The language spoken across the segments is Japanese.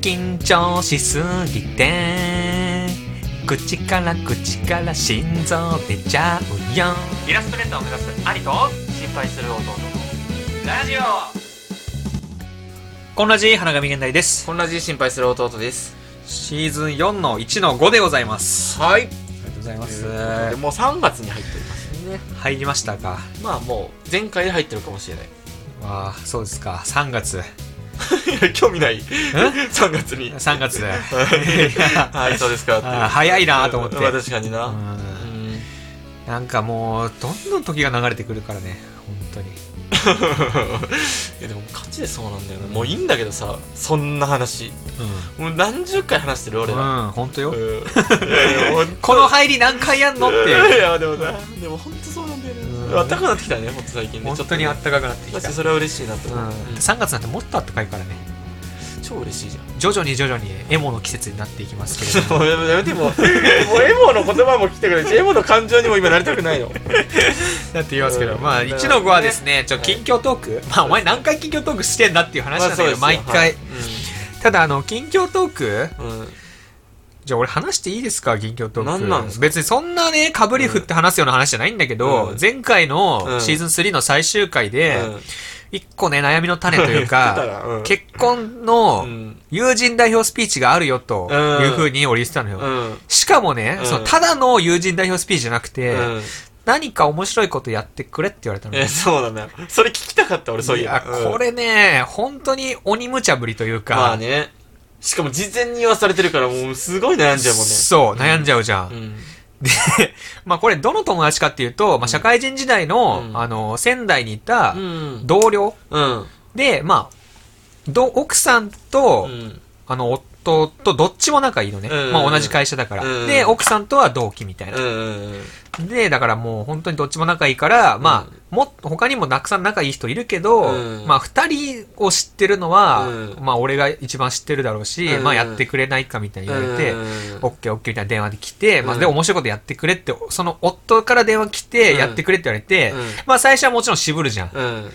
緊張しすぎて口から口から心臓出ちゃうよイラストレーターを目指す兄と心配する弟のラジオこんなじ花神現代ですこんなじ心配する弟ですシーズン4の1の5でございますあはいりがとうございまといすうことでもう3月に入っておりますね入りましたかまあもう前回で入ってるかもしれないわあそうですか3月 興味ない3月に3月 ではいそうですかってあー早いなと思ってまあ確かにな、ううんんなんかもうどんどん時が流れてくるからね本当にいやでも勝ちでそうなんだよなもういいんだけどさそんな話もう何十回話してる俺うら、ん、うん、本当よ、うん、いやいやほんこの入り何回やんのっ いてやでもなでも本当そうなんだよねうんあったかくなってきたね本当最近ね 本当にちょあっったかくなってきとねた確かにそれは嬉しいなとう思んう、うん、 3月なんてもっとあったかいからね超嬉しいじゃん徐々に徐々にエモの季節になっていきますけ れどももうやめてもうもうエモの言葉も来てくれしエモの感情にも今なりたくないよだって言いますけど、うんまあうん1の5はですねちょはい近況トーク、まあお前何回近況トークしてんだっていう話なんだけど、毎回、ただあの近況トークうん、うんじゃあ俺話していいですか近況トーク何なんですか別にそんなねかぶり振って話すような話じゃないんだけど、うん前回うのんシーズン3の最終回で、うん一個ね悩みの種という 言ってか、たなうん結婚のうん友人代表スピーチがあるよというふうに俺言ってたのよ、うんしかもね、うんそのただの友人代表スピーチじゃなくて、うん何か面白いことやってくれって言われたのえよ。そうなんだよそれ聞きたかった俺そういいやや、これね、本当に鬼無茶ぶりというか、まあねしかも事前に言わされてるからもうすごい悩んじゃうもんねそう、悩んじゃうじゃん。うんで、まあこれどの友達かっていうと、まあ社会人時代の、うんあの、仙台にいたうん同僚うんで、まあ、ど、奥さんと、うんあの、夫とどっちも仲いいのね。うんまあ同じ会社だから、うんで、奥さんとは同期みたいな。うんうんで、だからもう本当にどっちも仲いいから、まあ、もっと他にもたくさん仲いい人いるけど、うんまあ二人を知ってるのは、うんまあ俺が一番知ってるだろうし、うんまあやってくれないかみたいに言われて、うんオッケーオッケーみたいな電話で来て、まあうんで面白いことやってくれって、その夫から電話来て、うんやってくれって言われて、うんまあ最初はもちろん渋るじゃん。うんうん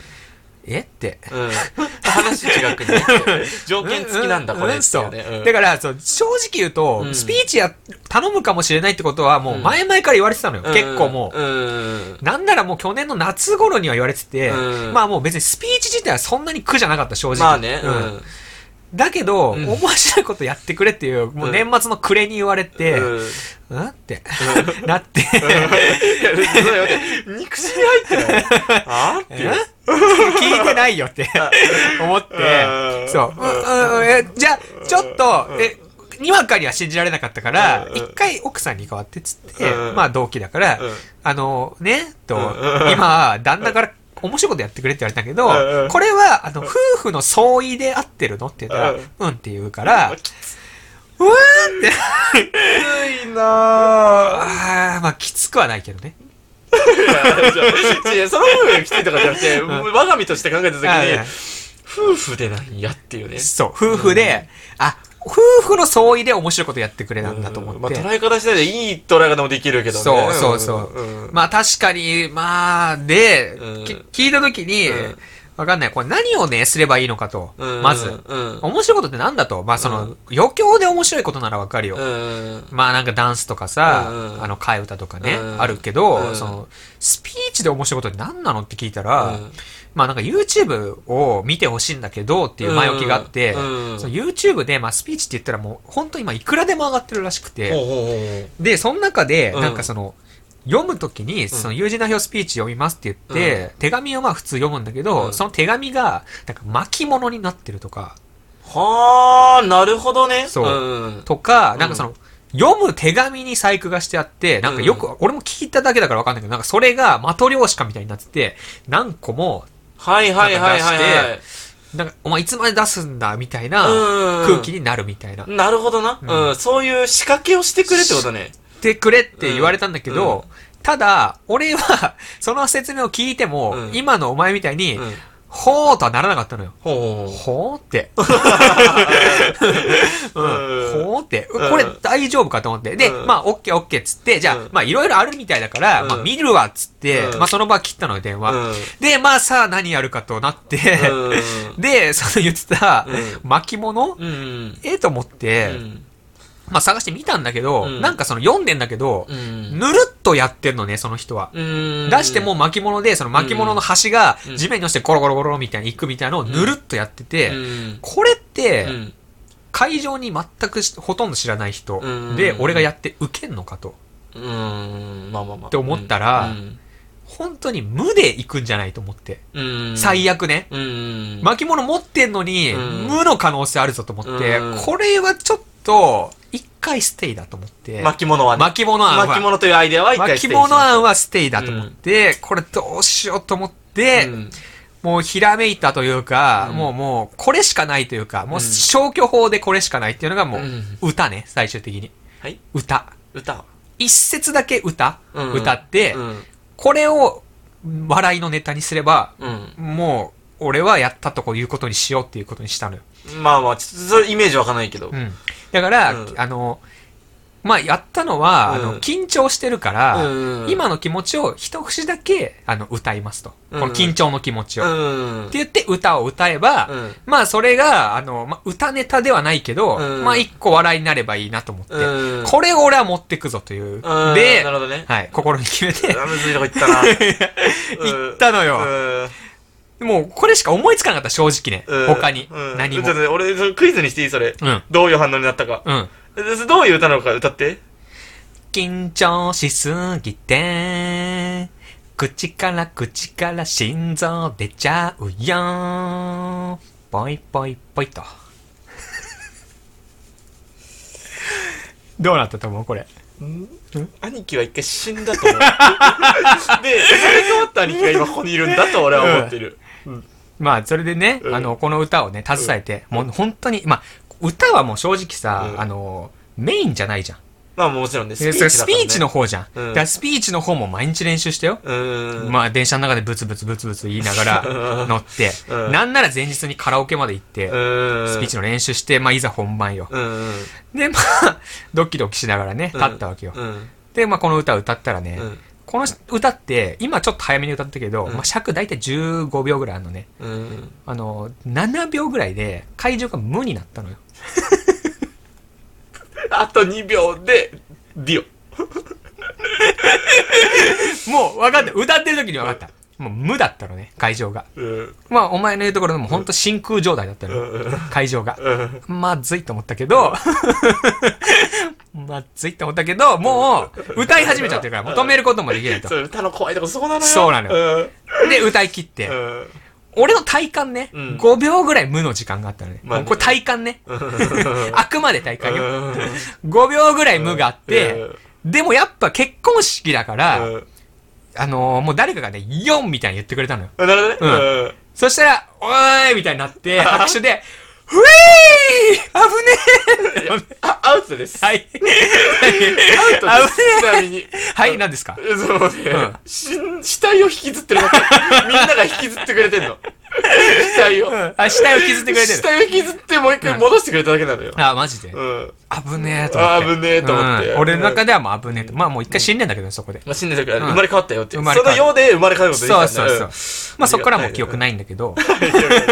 えって。 話違くね 条件付きなんだうこれうっんてそいううねうんだから、そう、正直言うと、うんスピーチや、頼むかもしれないってことは、もう前々から言われてたのよ。結構もう。うんなんならもう去年の夏頃には言われてて、うんまあもう別にスピーチ自体はそんなに苦じゃなかった、正直。まあねううんんだけど、うん面白いことやってくれっていう、もう年末の暮れに言われて、うん、うん って、 なって、いやそうだよね肉汁入ってないあーってえいう聞いてないよって 思ってう、んそう、うんうんえじゃあ、ちょっと、え、にわかには信じられなかったからう、ん一回奥さんに代わってっつってう、んまあ同期だからうん、 あの、ね、とう、ん今、旦那から面白いことやってくれって言われたけうど、んこれは、あの、夫婦の相違で合ってるのって言ったらうん、うんって言うから、ううんーって、きついなぁあーまあきつくはないけどね。いやいやその夫婦がきついとかじゃなくて、我が身として考えた時あーに夫婦でなんやっていうねそう、夫婦で、あ、夫婦の相違で面白いことやってくれなんだと思って。まあ、捉え方次第でいい捉え方もできるけどねそうそうそう。うんまあ確かに、まあ、で、うんき聞いたときに、うんわかんない。これ何をね、すればいいのかと。うんまず、うん面白いことってなんだと。まあその、うん余興で面白いことならわかるよ。うんまあなんかダンスとかさ、うんあの替え歌とかね、うんあるけど、うんその、スピーチで面白いことって何なのって聞いたら、うんまあなんか YouTube を見てほしいんだけどっていう前置きがあって、うんうんその YouTube で、まあスピーチって言ったらもう本当今いくらでも上がってるらしくて、ほうほうほうで、その中で、うんなんかその、読むときに、その友人代表スピーチ読みますって言って、手紙をまあ普通読むんだけど、うんその手紙が、なんか巻物になってるとか、はあ、なるほどね。そううんとか、んなんかその、読む手紙に細工がしてあって、なんかよく、う俺も聞いただけだからわかんないけど、なんかそれがマトリョーシカみたいになってて、何個も、はいはいはいはいはい。なんか、お前いつまで出すんだみたいなうん空気になるみたいな。なるほどな、ううんん。そういう仕掛けをしてくれってことね。ってくれって言われたんだけど、うんただ、俺は、その説明を聞いても、 うん今のお前みたいに、うん。ほーとはならなかったのよ。ほほーって。ううんうんほーって。うんこれ大丈夫かと思って。で、うんまあ、オッケーオッケーっつって、じゃあうん、まあ、いろいろあるみたいだから、うんまあ、見るわっつってう、んまあ、その場切ったのよ、電話。うんで、まあ、さあ、何やるかとなって、うで、その言ってたう、巻物んうんええと思って、まあ、探してみたんだけど、うんなんかその読んでんだけど、うんぬるっとやってんのね、その人は。うん出しても巻物で、その巻物の端がうん地面に落ちてゴロゴロゴロみたいに行くみたいなのをぬるっとやってうて、んこれってう、ん会場に全くしほとんど知らない人うんで、俺がやって受けんのかと。うんまあまあまあって思ったらうん本当に無で行くんじゃないと思って。うん最悪ね。うん巻物持ってんのに、うん無の可能性あるぞと思ってうん、これはちょっと、一回ステイだと思って。巻物はね巻物案巻は。物というアイデアは一回巻ステイ物案はステイだと思って、これどうしようと思って、うんもうひらめいたというか、うんもうもう、これしかないというか、もううん消去法でこれしかないっていうのがもうんう、歌ね、最終的に。はい歌。歌は一節だけ歌、うん歌って、うんこれを笑いのネタにすれば、うんもう、俺はやったとこいうことにしようっていうことにしたのよ。まあまあちょっとそれイメージわかんないけどうん。だから、うんあの、まあ、やったのは、うあんの、緊張してるから、うん今の気持ちを一節だけ、あの、歌いますと。うんこの緊張の気持ちを。うってん言って歌を歌えば、うんまあそれが、あの、まあ、歌ネタではないけど、うんまあ一個笑いになればいいなと思って、うんこれを俺は持ってくぞという。うんでな、るほどねはい、心に決めて、あむずいとこ 行ったな行ったのよ。うんもうこれしか思いつかなかった、正直ね。うん他にうん。何もちょっ。とね俺そのクイズにしていいそれうん。どういう反応になったかうん。でそれどういう歌なのか歌って緊張しすぎて、口から口から心臓出ちゃうよ。ぽいぽいぽいと。 どうなったと思うこれ。兄貴は一回死んだと 思うでそれと思った兄貴が今ここにいるんだと俺は思ってるまあ、それでね、うんあの、この歌をね、携えて、もう本当に、まあ、歌はもう正直さ、うんあの、メインじゃないじゃん。まあもちろんねでそれスピーチの方じゃん。うんだからスピーチの方も毎日練習したよ。うんまあ、電車の中でブツブツブツブツ言いなが うらん乗って、うんなんなら前日にカラオケまで行って、うんスピーチの練習して、まあ、いざ本番よ。うんうんで、まあ、 ドキドキしながらね、うん立ったわけよ。うんで、まあ、この歌を歌ったらね、うんこの歌って、今ちょっと早めに歌ったけど、うんまあ、尺大体15秒ぐらいあるのね。うんあの、7秒ぐらいで会場が無になったのよ。あと2秒でディオもう分かった。歌ってる時に分かった。もう無だったのね、会場が。うんまあ、お前の言うところでも本当真空状態だったのよ、うん会場が。 うんまずいと思ったけど、 まずいと思ったけど、もう歌い始めちゃってるから、もう止めることもできないとそ。う歌の怖いとこそこなのよそうなのよで、歌い切ってう。ん俺の体感ね、うん5秒ぐらい無の時間があったのね。まあねもうこれ体感ね。あくまで体感よ。うん5秒ぐらい無があって、うんでもやっぱ結婚式だから、うんあのー、もう誰かがね、4みたいに言ってくれたのよ。あなるほどねうんそしたら、おーいみたいにな って、拍手で、ふえー危ねえってあアウトで すはい。アウトですちなみにはい、何ですかそうね、うん死ん死体を引きずってるだけみんなが引きずってくれてんの死体を、あ、死体を削ってくれて死る。体を引きずってもう一回戻してくれただけなのよ、あ、マジで。うん危ねえと思って。あ危ねえと思ってうん俺の中ではもう危ねえと。まあもう一回死んでんだけどね、そこで。まあ、死んでたから、うん生まれ変わったよって生まれそ変わのったようで生まれ変わることできたんそだうそうそう。まあそこからはもう記憶ないんだけど、うん記憶ない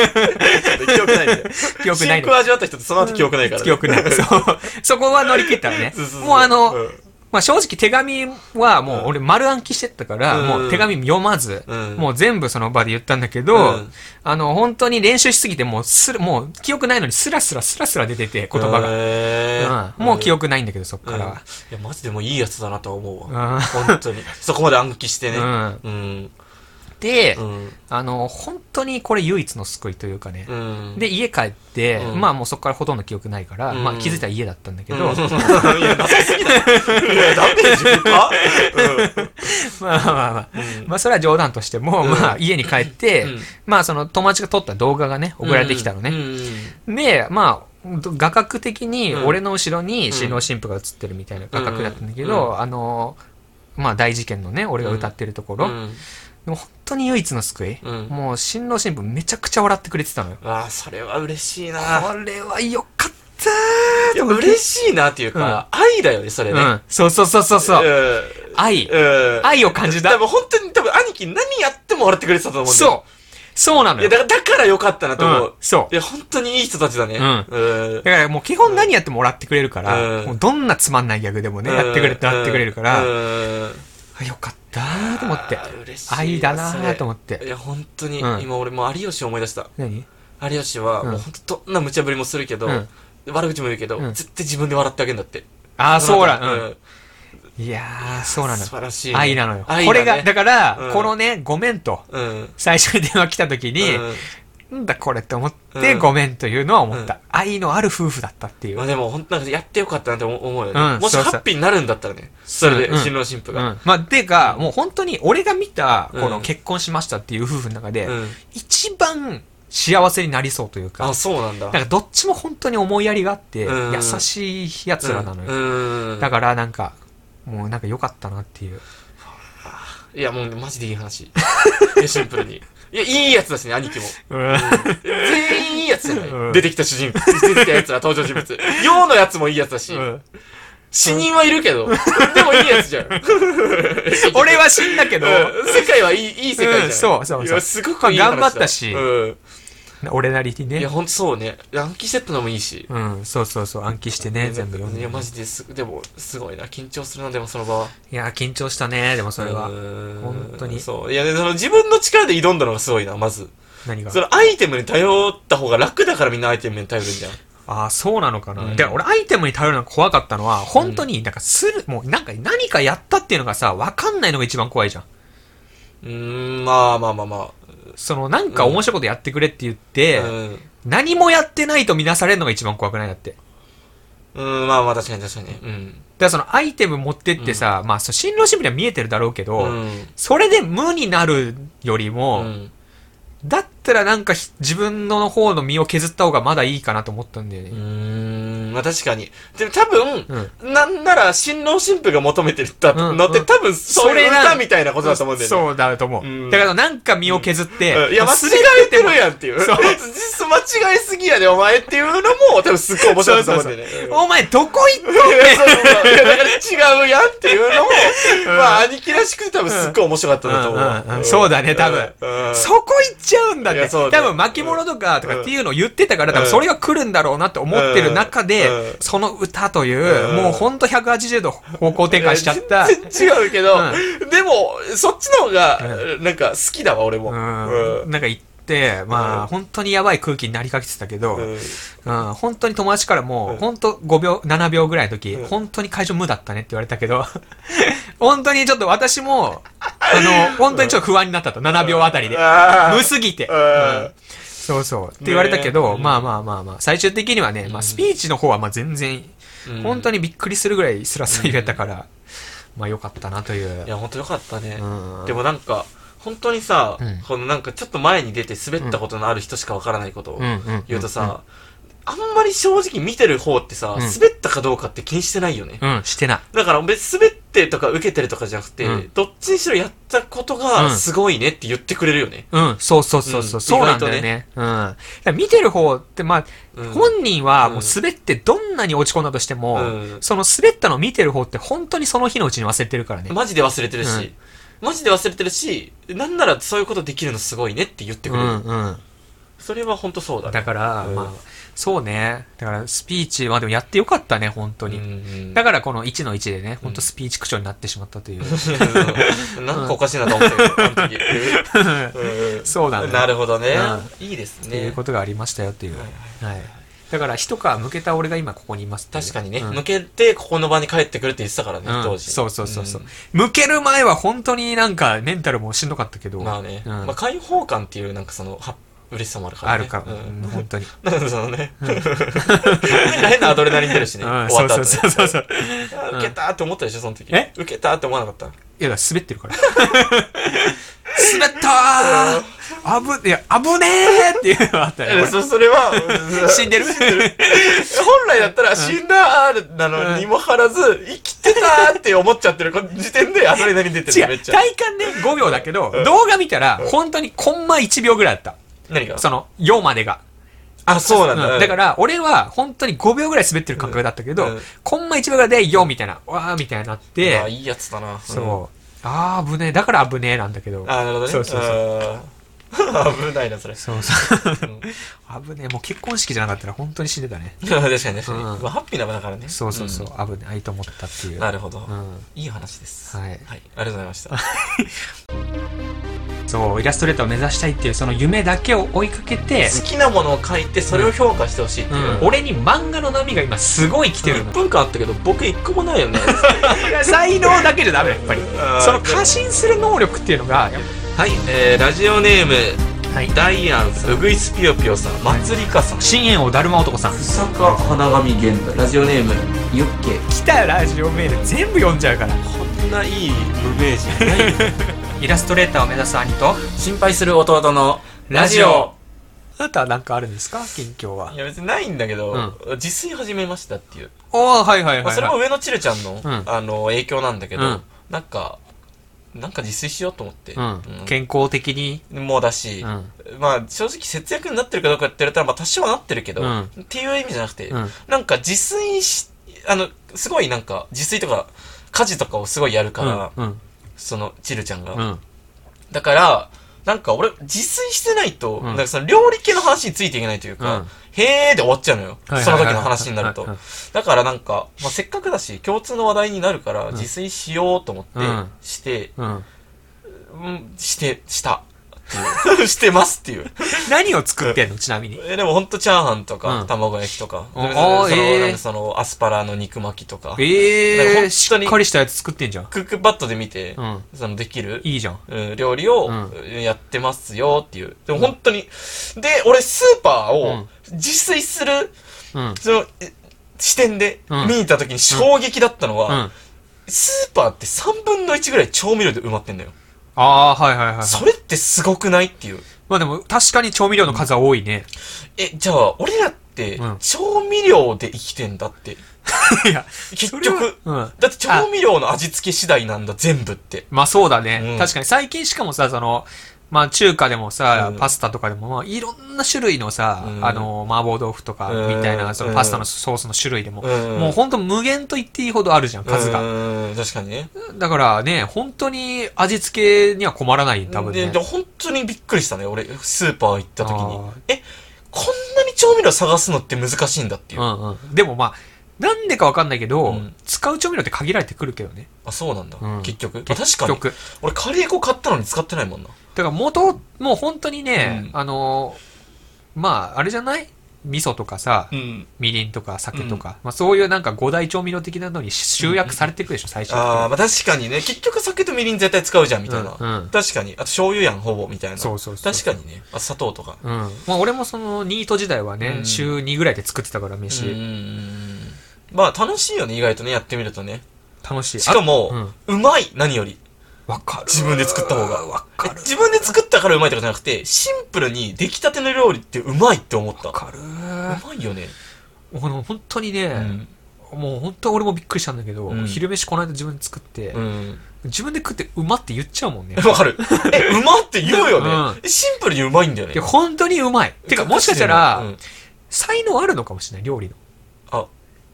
記憶ないんだよ記憶ない真空味わった人ってその後記憶ないから、 記憶ない。そう。そこは乗り切ったらねそうそうそ。もうあの、うんまあ正直手紙はもう俺丸暗記してったから、うんもう手紙読まず、うんもう全部その場で言ったんだけど、うんあの本当に練習しすぎてもうすら、もう記憶ないのにスラスラスラスラ出てて言葉が。へーうんもう記憶ないんだけどそっうんかいらやは。マジでもういいやつだなとは思ううわん本当にそこまで暗記してねうんうんで、うんあの本当にこれ唯一の救いというかね。うんで、家帰って、うんまあもうそこからほとんど記憶ないから、うんまあ気づいたら家だったんだけ ど、うんいや、ダメすぎだよ。いや、ダメージ受かまあまあまあ、うんまあそれは冗談としても、まあ家に帰って、うんまあその友達が撮った動画がね、送られてきたのね。で、まあ、画角的にうん俺の後ろに新郎新婦が映ってるみたいな画角だったんだけど、あの、まあ大事件のね、俺が歌ってるところ、でも本当に唯一の救い、うんもう新郎新婦めちゃくちゃ笑ってくれてたのよ。ああそれは嬉しいなこれはよかったーいや嬉しいなっていうか、愛だよねそれうね、ん。そうそうそうそうそう。うん愛。うん愛を感じ多た。分本当に多分兄貴何やっても笑ってくれてたと思うんだよそう。そうなのいよ。やだからだからよかったなと思う、うんそいや本当にいい人たちだねうんうんう。だからもう基本何やっても笑ってくれるから、うんもうどんなつまんない役でもね、やってくれてやってくれるから、うんあよかったーと思ってあ。ー嬉しい愛だなそれーと思って。いや本当に、うん今俺もう有吉思い出した何有吉は、うんもう本当どんな無茶ぶりもするけど、うん悪口も言うけど、うん絶対自分で笑ってあげるんだってああ、そうだ。の後うん。いやー、そうなのよ素。晴らしいね、愛なのよ。愛だねこれが、だから、うんこのね、ごめんと、うん最初に電話来た時に、うんなんだこれって思って、うんごめんというのは思った、う愛のある夫婦だったっていう。まあでも本当なんかやってよかったなって思うよね、うんもしそうそうハッピーになるんだったらねそれうでん新郎新婦うが、ん、まあ、てか、もう本当に俺が見た、こうのん結婚しましたっていう夫婦の中で、うん一番幸せになりそうというかあ、そうなんだなんかどっちも本当に思いやりがあって、うん優しい奴らなのよ。うん、うんだからなんか、もうなんか良かったなっていう。いやもうマジでいい話いやシンプルにいやいいやつだしね兄貴も全員いいやつじゃない、うん出てきた主人公出てきたやつら登場人物陽のやつもいいやつだし、うん死人はいるけど、でもいいやつじゃん。俺は死んだけど、うん世界はいい、いい世界じゃん。うんそうそうそういや、すごくいい話だ頑張ったしうん。俺なりにいねや、。ほんとそうね。ランキセットのもいいし。うん、そうそうそう、暗記してね、全部読んいでや、。マジです、でも、すごいな。緊張するな、でもその場は。いや、緊張したね、でもそれはう。ーん本当にそう。いや、でその自分の力で挑んだのがすごいな、まず。何がそのアイテムに頼った方が楽だからみんなアイテムに頼るんじゃん。ああ、そうなのかな。うんだから俺、アイテムに頼るのが怖かったのは、本当に、なんかする、もう、なんか何かやったっていうのがさ、わかんないのが一番怖いじゃん。うーん、まあまあまあまその、なんか面白いことやってくれって言って、あ。うん。何もやってないと見なされるのが一番怖くないだって。だかうん、まあまあ確かに確かに。うん。らその、アイテム持ってってさ、まあ、そう新郎新婦には見えてるだろうけど、うん。それで無になるよりも、うんだったらなんかひ自分の方の身を削った方がまだいいかなと思ったんだようーね。ん、まあ確かに。でも多分、うん。なんなら新郎新婦が求めてるうんのって、うん多分そういうそれな歌みたいなことだと思うんだよね。そうだと思う。うんだからなんか身を削って、うんいや、間違すり替えてるやんっていう。そう 実際間違えすぎやで、お前っていうのも、多分すっごい面白いと思うんだよね。うんお前どこ行っい やそうそうそういやだから違うやんっていうのも、まあ、兄貴らしくて多分すっごい面白かったんだとうんうんう思んう。そうだね多分うんうんそこ行っちゃうんだっいて。や多そうだよ分巻物とかとうかんっていうのを言ってたから、多分うんそれが来るんだろうなって思ってる中でうんうん、その歌という、うんもうほんと180度方向転換しちゃった。全然違うけど、うでも、そっちの方が、なんか好きだわ、俺も。うん。なんか行って、まうあん本当にやばい空気になりかけてたけど、うんうん、本当に友達からもうう、ん本当5秒、7秒ぐらいの時、うん本当に会場無だったねって言われたけど、 本当にちょっと私も、あの、本当にちょっと不安になったと、7秒あたりで。あー無すぎて。うんうんそうそう。って言われたけど、ねまあまあまあまあ、最終的にはね、まあスピーチの方はまあ全然、うん本当にびっくりするぐらいスラスラ言えたから、まあよかったなという。いや、本当よかったね。うんでもなんか、本当にさ、うんこのなんかちょっと前に出て滑ったことのある人しかわからないことをうんうんうん言うとさ、あんまり正直見てる方ってさ、うん滑ったかどうかって気にしてないよね。うん、してない。だから別に滑ってとか受けてるとかじゃなくて、うんどっちにしろやったことうがんすごいねって言ってくれるよね。うん、そうそうそうそう、うんそうなんだよね。うん。だから見てる方って、まあ、うん本人はもううん滑ってどんなに落ち込んだとしても、うんその滑ったのを見てる方って本当にその日のうちに忘れてるからね。マジで忘れてるし、マジで忘れてるし、なんならそういうことできるのすごいねって言ってくうれる。んうん。それは本当そうだね。だから、うんまあ、そうね。だからスピーチはでもやってよかったね、本当に。うんだからこの1の1でね、本当スピーチ口調になってしまったと いう。なんかおかしいなと思ったけど、あの 時。うんそうなんだなるほどね。いいですっていねう。ことがありましたよっていう。はいだから、一皮向けた俺が今ここにいますっていう確かにね、うん抜けて、ここの場に帰ってくるって言ってたからね、う当ん、時。そうそうそうそう、ん向ける前は本当になんかメンタルもしんどかったけど。まあね、うんまあ開放感っていう、なんかその、は嬉しさもあるからあね。るかも、ううんん本当に。なんかそのね、変なアドレナリン出るしね、うん、終そわうった後そねうそうそう そう。あ受けたーって思ったでしょ、その時。え受 けたーって思わなかった。いや、だから滑ってるから。滑ったーあぶ、いや、危ねえっていうのがあったよ。そそれは死んでる本来だったら死んだーなのにも張らず生きてたーって思っちゃってるこの時点でアドレナリン出て違るめう、っちゃ体感ね、5秒だけど、動画見たら、本当にコンマ1秒ぐらいあった。何がその、4までが。あそうなんだ、だからら、俺は本当に5秒ぐらい滑ってる感覚だったけど、うんうんコンマ1秒ぐらいで4みたいな、わーみたいになって、あいいやつだなうんそう。あー、危ねえ。だから危ねえなんだけど。あなるほどねそうそうそうあー 危ないなそれそうそう。うん 危ねえ。もう結婚式じゃなかったら本当に死んでたね。確かに確かに、うんまあ、ハッピーな場だからねそうそうそう。危ねえと思ったっていうんう。なるほど、うん。いい話ですはいはい、ありがとうございましたそう、イラストレーターを目指したいっていう、その夢だけを追いかけて、好きなものを書いてそれを評価してほしいっていう、うん俺に漫画の波が今すごい来てる1の。分間あったけど僕一個もないよ ね 才能だけじゃダメ、やっぱり。その過歌詞信する能力っていうのが、はい、えー、ラジオネームはい。ダイアンさんうぐいすぴよぴよさんまつりかさん深淵王だるま男さん。坂花神玄太ラジオネームユッケ来たラジオメール全部読んじゃうから。こんないい無名人ないよイラストレーターを目指す兄と、心配する弟のラジオ。あなたは何かあるんですか近況はいや別にないんだけど、自炊始めましたっていう、おー、はいはいはい、まはあ、い。それも上野ちるちゃんの,、うんあの影響なんだけど、うんなんかなんか自炊しようと思って、うん、健康的に、うんもうだし、うんまあ正直節約になってるかどうかって言われたらまあ多少はなってるけど、うんっていう意味じゃなくて、うんなんか自炊しあのすごいなんか自炊とか家事とかをすごいやるから、うんそのちるちゃんが、うんだからなんか俺自炊してないと、んなんかその料理系の話についていけないというか、うんへーで終わっちゃうのよ、はいはいはいはいその時の話になると、はいはいだからなんか、まあ、せっかくだし共通の話題になるから自炊しようと思って、うんして、うん、うん、してしたっていう してますっていう何を作ってんのちなみにえでもほんとチャーハンとか、うん卵焼きとか、あそのあーえーなんかそのアスパラの肉巻きとか、なんか本当ええー、にしっかりしたやつ作ってんじゃんクックパッドで見て、うんそのできるいいじゃんうん料理をうんうんやってますよっていう。でも本当に、で、俺スーパうーをん自炊する、うんその、え視点でうん見に行った時に衝撃だったのうは、んスーパーって3分の1ぐらい調味料で埋まってんだよ。ああーはいはいはいはいそれってすごくないっていう。まあでも確かに調味料の数は多いね、え、じゃあ、俺らってうん調味料で生きてんだって。 いや結それ局。はうんだって調味料の味付け次第なんだ、全部って。まあそうだね、うん確かに最近しかもさそのまあ中華でもさ、うんパスタとかでも、まあ、いろんな種類のさ、うんあの、麻婆豆腐とか、みたいな、うんそのパスタのソースの種類でも、うんもうほんと無限と言っていいほどあるじゃん、数が。うん、確かにね。だからね、本当に味付けには困らない、多分でねで。本当にびっくりしたね、俺、スーパー行った時あに。え、こんなに調味料探すのって難しいんだっていうう。んうん。でもまあ、なんでかわかんないけど、うん使う調味料って限られてくるけどね。あ、そうなんだうん。結局。あ結確かに。局。俺、カレー粉買ったのに使ってないもんな。だから元、もう本当にね、うんあのーまあ、あれじゃない味噌とかさ、うん。みりんとか酒とか、まあそういうなんか五大調味料的なのに集約されていくでしょ、最初あー、まあ確かにね。結局酒とみりん絶対使うじゃん、みたいな。うんうん確かに。あと醤油やん、ほぼ、みたいな。そうそうそう確かにね。あ砂糖とか。うん。まあ俺もそのニート時代はね、うん週2ぐらいで作ってたからうんうん飯、うん。まあ楽しいよね、意外とね、やってみるとね。楽しい。しかもあ、うまい、何より。うん、わかる。自分で作った方がわかるえ。自分で作ったからうまいとかじゃなくて、シンプルに出来たての料理ってうまいって思った。わかる。うまいよね。あの本当にうね、ん。もう本当俺もびっくりしたんだけど、うん昼飯この間自分で作って、うん。自分で食ってうまって言っちゃうもん ね。わかる。え、うまって言うよね。うシンプルにうまいんだよねで。本当にうまい。てかもしかしたうらん、才能あるのかもしれない、料理の。あ、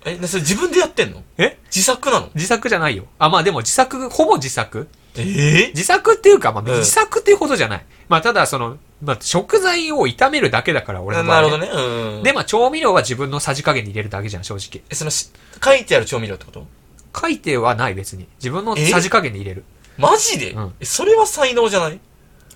え、なそれ自分でやってんのえ自作なの自作じゃないよ。あ、まあでも自作、ほぼ自作。ええ自作っていうか、まあん自作っていうほどじゃない。まあただその、まあ食材を炒めるだけだから、俺の場合なはるね、ほどね。うん。で、まあ調味料は自分のさじ加減に入れるだけじゃん、正直。え、そのし、書いてある調味料ってこと書いてはない別に。自分のえさじ加減に入れる。マジでうんえそれは才能じゃない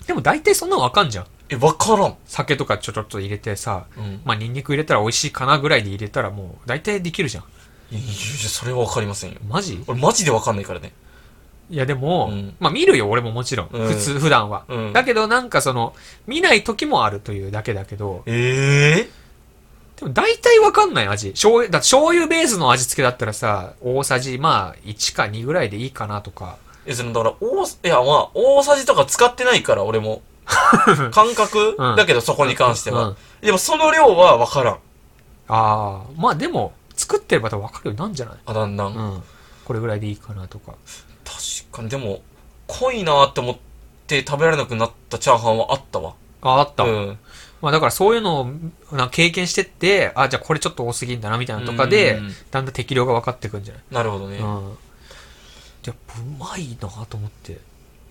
でも大体そんなのわかんじゃん。え、わからん。酒とかちょちょっと入れてさ、うん。まあニンニク入れたら美味しいかなぐらいに入れたらもう大体できるじゃん。いや、いやそれはわかりませんよ。マジ俺マジでわかんないからね。いやでも、うんまあ見るよ、俺ももちろん。うん普通、普段は、うんだけどなんかその、見ない時もあるというだけだけど、ええでも大体わかんない味。醤油、だって醤油ベースの味付けだったらさ、大さじ、まあ1か2ぐらいでいいかなとか。 え、その、だから、大、いや、まあ、大さじとか使ってないから、俺も。感覚、うんだけどそこに関しては、うんでもその量は分からんああ、まあでも、作ってれば多分分かるようになるんじゃないあだんだん、うん。これぐらいでいいかなとか。確かにでも濃いなって思って食べられなくなったチャーハンはあったわあ、あった。うんまあだからそういうのをなんか経験してって、あ、じゃあこれちょっと多すぎんだなみたいなのとかでうん、だんだん適量が分かってくんじゃないなるほどね、うん。やっぱうまいなと思って。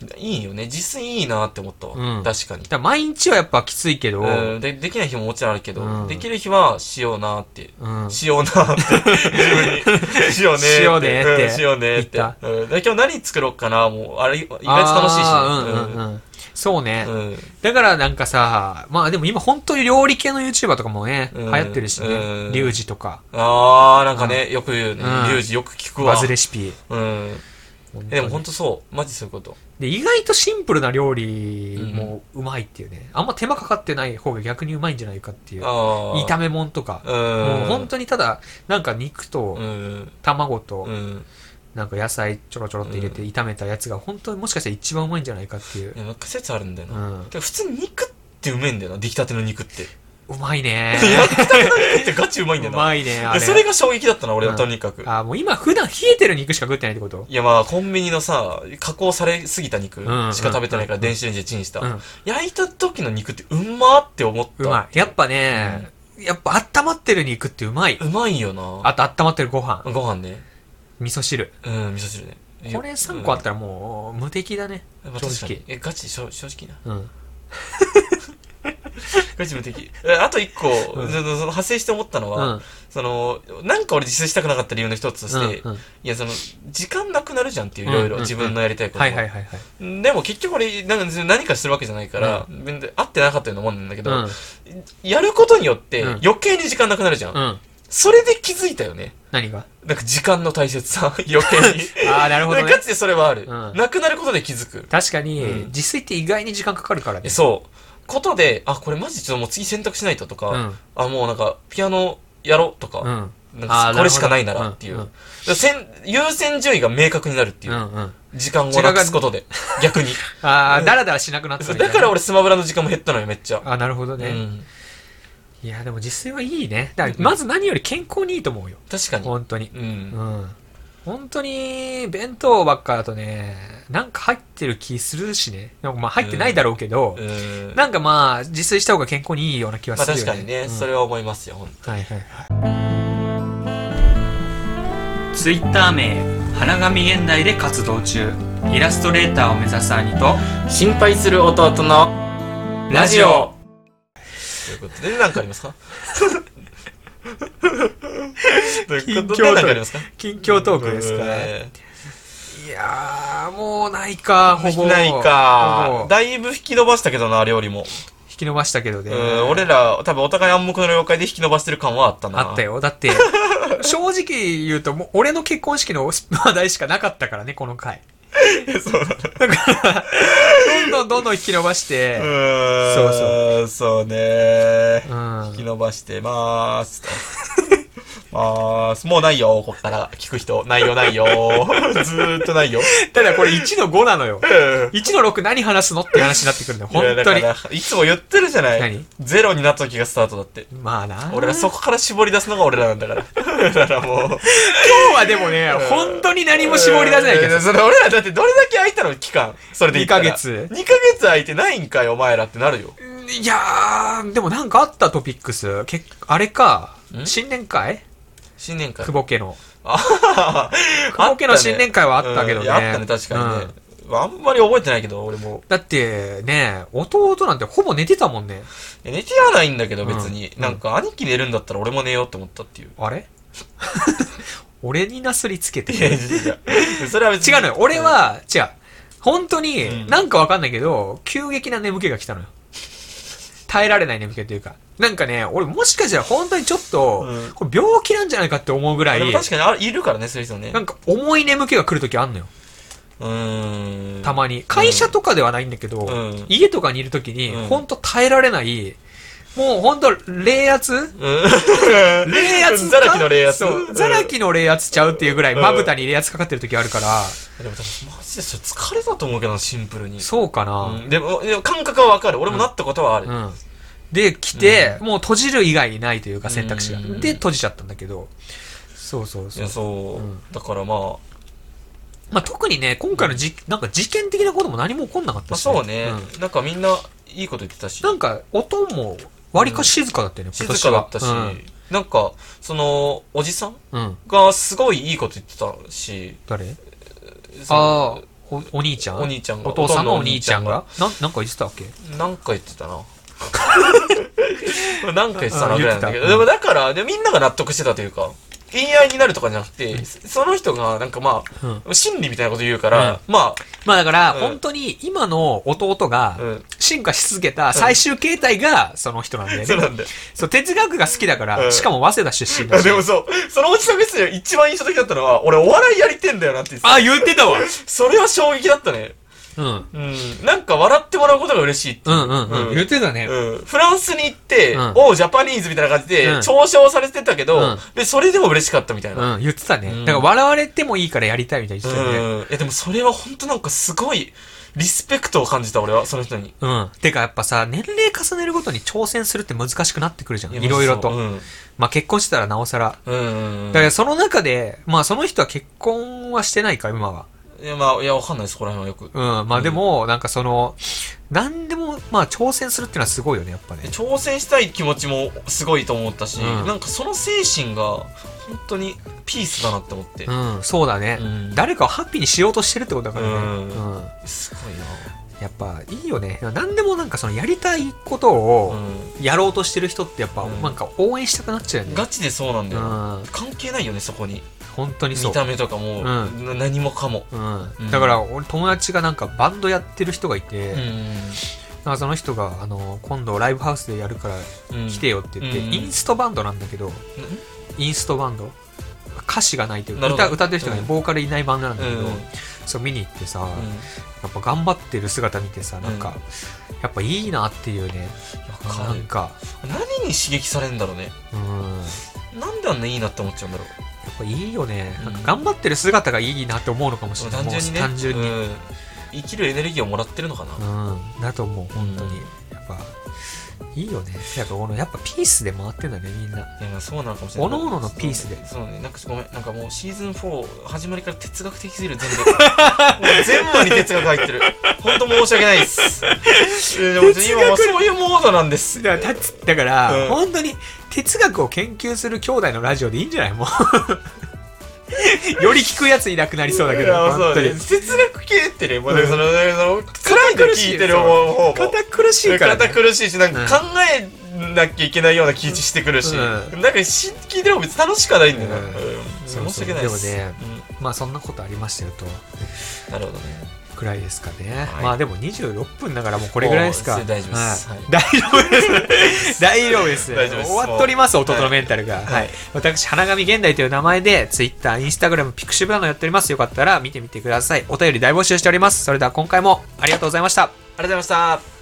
だかいいよね実際いいなって思ったわ、うん確かにら毎日はやっぱきついけど、うん、でできない日ももちろんあるけど、うんできる日はしようなってうん。しようなって自分に しようねしようねってうんしようねって言っうん、で今日何作ろうかなもうあれ意外と楽しいあーうしんうねんうん。そうね。うんうんだからなんかさ、まあでも今本当に料理系の YouTuber とかもね、うん流行ってるしうね。んリュウジとか、あーなんかね、よく言うね、うんリュウジよく聞くわバズレシピ。うん本当えでにも本当そうマジそういうことで意外とシンプルな料理もうまいっていうね。あんま手間かかってない方が逆にうまいんじゃないかっていう。ああ炒め物とか。うんもう本当にただ、なんか肉とうん卵うとんなんか野菜ちょろちょろって入れて炒めたやつが本当にもしかしたら一番うまいんじゃないかっていうい。やなんか説あるんだような、ん。でも普通肉ってうめえんだよな出来たての肉ってうまいね。焼きたての肉ってガチう まいん だうよなまいね、あでれ。それが衝撃だったな俺はとにかく、あ、もう今普段冷えてる肉しか食ってないってこといやまあコンビニのさ加工されすぎた肉しんうんか食べてないから電子レンジでチンした、うん。焼いた時の肉ってうんまーって思ったうまい。やっぱね、やっぱ温まってる肉ってうまい。うまいよなあと温まってるご飯、ご飯ね味噌汁。うん味噌汁ねいやこれ3個あったらもう無敵だね。うんまあ正直確かにえガチ正正直なうん。ガチ無敵えあと一個、うんそのその派生して思ったのうは、ん。そのなんか俺自炊したくなかった理由の一つとして、うんうんいやその時間なくなるじゃんっていういろういろんうんうん自分のやりたいことも、はいはいはいはい。でも結局俺なんか何かしてるわけじゃないから、全然合ってなかったようなもんなんだけうど、ん。やることによってうん余計に時間なくなるじゃん。うん。それで気づいたよね。何がなんか時間の大切さ、 余計に。ああ、なるほどねガ。チでそれはある。うんなくなることで気づく。確かに、うん自炊って意外に時間かかるからえね。そう。ことで、あ、これマジちょっともう次選択しないととか、うん。あ、もうなんかピアノやろうとうか、ん。なんあーかこれしかないなならるほどっていう。うんだから先優先順位が明確になるっていうう。んうん。時間をなくすこ とで、逆に。ああ、うんだらだらしなくなってたそうみたいだなから俺スマブラの時間も減ったのよ、めっちゃ。あなるほどうね。ん、いや、でも自炊はいいね。だから、まず何より健康にいいと思うよ。確かに。本当に。うんうん。本当に、弁当ばっかだとね、なんか入ってる気するしね。なんかまあ入ってないだろうけど、うんなんかまあ、自炊した方が健康にいいような気はまあするよ確ね。かにね、うんそれは思いますよ、ほんとはいはいはい。ツイッター名花神現代で活動中イラストレーターを目指す兄と心配する弟のラジオということで、何かありますかということ近況とで、何かありますか近況トークですか、えいやー、もうないか、ほぼ。ーないほぼか。だいぶ引き伸ばしたけどな、あれよりも。引き伸ばしたけどね。うん、俺ら、多分お互い暗黙の了解で引き伸ばしてる感はあったな。あった。よ。だって、 正直言うと、もう俺の結婚式の話題しかなかったからね、この回。そうどんどんどんどん引き伸ばして、うん。そうそう。そうね。うん引き伸ばしてまーす。まーす。もうないよ、こっから聞く人。ないよ、ないよ。ずーっとないよ。ただこれ1の5なのよ。1の6何話すのって話になってくるのよ。いや本当に。だからいつも言ってるじゃない何ゼロになった時がスタートだってまあな。俺らそこから絞り出すのが俺らなんだからだからもう今日はでもね、本当に何も絞り出せないけどうん。それ俺らだってどれだけ空いたの期間それで二ヶ月2ヶ月空いてないんかいお前らってなるよいやー、でもなんかあったトピックス。けあれか、ん新年会新年会久保家の。 あ久保家の新年会はあったけどね。あったね確かにね、あんまり覚えてないけど俺うもんだって、ね、弟なんてほぼ寝てたもんね。いや寝てはないんだけど別に、うんなんか兄貴寝るんだったら俺も寝ようって思った っていうあれ俺になすりつけて。いやいや違いやそれは別にうのよ。俺は、違う。本当に、うんなんかわかんないけど、急激な眠気が来たのよ。耐えられない眠気というか。なんかね、俺もしかしたら本当にちょっと、うんこれ病気なんじゃないかって思うぐらあいで、も確かにあいるからねそういう人ねなんか重い眠気が来るときあんのよ。うーんたまに。会社とかではないんだけど、うん家とかにいるときに、うんほんと耐えられない、もうほんと、冷圧冷圧ザラキの冷圧そう。ザラキの冷圧ちゃうっていうぐらい、うんまぶたに冷圧かかってる時あるから、でも私マジでそれ疲れたと思うけどなシンプルにそうかなう。んでもでも感覚はわかる俺もなったことはある、うん。で、来て、もう閉じる以外にないというか選択肢がうん。で、閉じちゃったんだけど。そうそういそうや。そう、うんだからまあ、ままあ、特にね、今回のじ、なんか事件的なことも何も起こんなかったあ、し、そうね、んなんかみんないいこと言ってたしなんか、音も、割かし静かだったよね、静今年かはだったし、なんかそのおじさんうん。うん。がすごいいいこと言ってたし誰あそのあー、お、お兄ちゃんお兄ちゃんがお父さんのお兄ちゃんがな、なんか言ってたっけなんか言ってた ななんか言ってたなうんぐらいなんだけ言ど、でってもだからでみんなが納得してたというか言い合いになるとかじゃなくて、その人がなんかまあ、真理みたいなこと言うから、ままあだから、うん本当に今の弟がうん進化し続けた最終形態がその人なんだよあね。そうなんだよそう、哲学が好きだかうら、んしかも早稲田出身だし。でもそう、そのおじさんが言ってたよ一番印象的だったのは、俺お笑いやりてんだよなって言ってたあ、言ってたわそれは衝撃だったね。うん。うんうん。なんか笑ってもらうことが嬉しいって。うんうん。うん言ってたね。うん、フランスに行って、うんおう、ジャパニーズみたいな感じで、うん嘲笑されてたけど、うんで、それでも嬉しかったみたいな。うん、言ってたね。うんだから笑われてもいいからやりたいみたいに言ってたよね。うん。え、でもそれは本当なんかすごい、リスペクトを感じた、俺は、その人に。うん。てかやっぱさ、年齢重ねるごとに挑戦するって難しくなってくるじゃん。いろいろうと。ん。まあ結婚してたらなおさら。うん。うんだからその中で、まあその人は結婚はしてないか、今は。いや、まあ、いや、わかんないです、ここら辺はよく。うん。まあでも、なんかその、なんでも、まあ挑戦するっていうのはすごいよね、やっぱね。挑戦したい気持ちもすごいと思ったし、うんなんかその精神が、本当にピースだなって思って。うん、そうだね、うん誰かをハッピーにしようとしてるってことだからね、うんうんすごいやっぱいいよね何でもなんかそのやりたいことな。うをん。やろうとしてる人ってやっぱうんなんか応援したくなっちゃうよね、ガチでそうなんだよな。うん関係ないよね、そこに。本当にそ見う、た目とかうも、んな何もかも。う、うんんだから俺友達がなんかバンドやってる人がいて、うなんかその人があの今度ライブハウスでやるからん。来てよって言って、うんインストバンドなんだけどインストバンド歌詞がないというかなるほど歌歌ってる人がね、うんボーカルいないバンドなんだけど、うんそう見に行ってさ、うん。うんやっぱ頑張ってる姿見てさなんか、うんやっぱいいなっていうねわかなんるか何に刺激されるんだろうね。うんやなんであんないいなって思っちゃうんだろう。っぱいいよね、うんなんか頑張ってる姿がいいなって思うのかもしれない単純にね。もう単純にうん生きるエネルギーをもらってるのかな。うん、だと思う本当に、やっぱいいよねやっぱこのやっぱピースで回ってんだねみんないや、まあそうなのかもしれない。各々のピースでそうね。なんかごめん。なんかもうシーズン4始まりから哲学的すぎる全部。もう 全部に哲学入ってる。本当申し訳ない です。いやでも今もうそういうモードなんです。だからだだから、うん本当に哲学を研究する兄弟のラジオでいいんじゃないもう より聞くやついなくなりそうだけどいや本そ当うに、ね哲学系ってね、もうねうんその、ねその辛いから聞いてる方も。堅苦しいから、ね堅、苦しいし、なんうかん考えなきゃいけないような気してくるし、うなんかし聞いてる方別に楽しくはないんだよな。うんうんそうそう申し訳ないです。でもねまあそんなことありましたよとうんなるほどね。くらいですかね、はいまあでも26分だからもうこれぐらいですかもうそれ大丈夫ですはいはい大丈夫です 大丈夫です大丈夫です終わっとります弟のメンタルが、はいはい私花神現代という名前で Twitter、Instagram、ピクシブなのやっておりますよかったら見てみてくださいお便り大募集しておりますそれでは今回もありがとうございましたありがとうございました。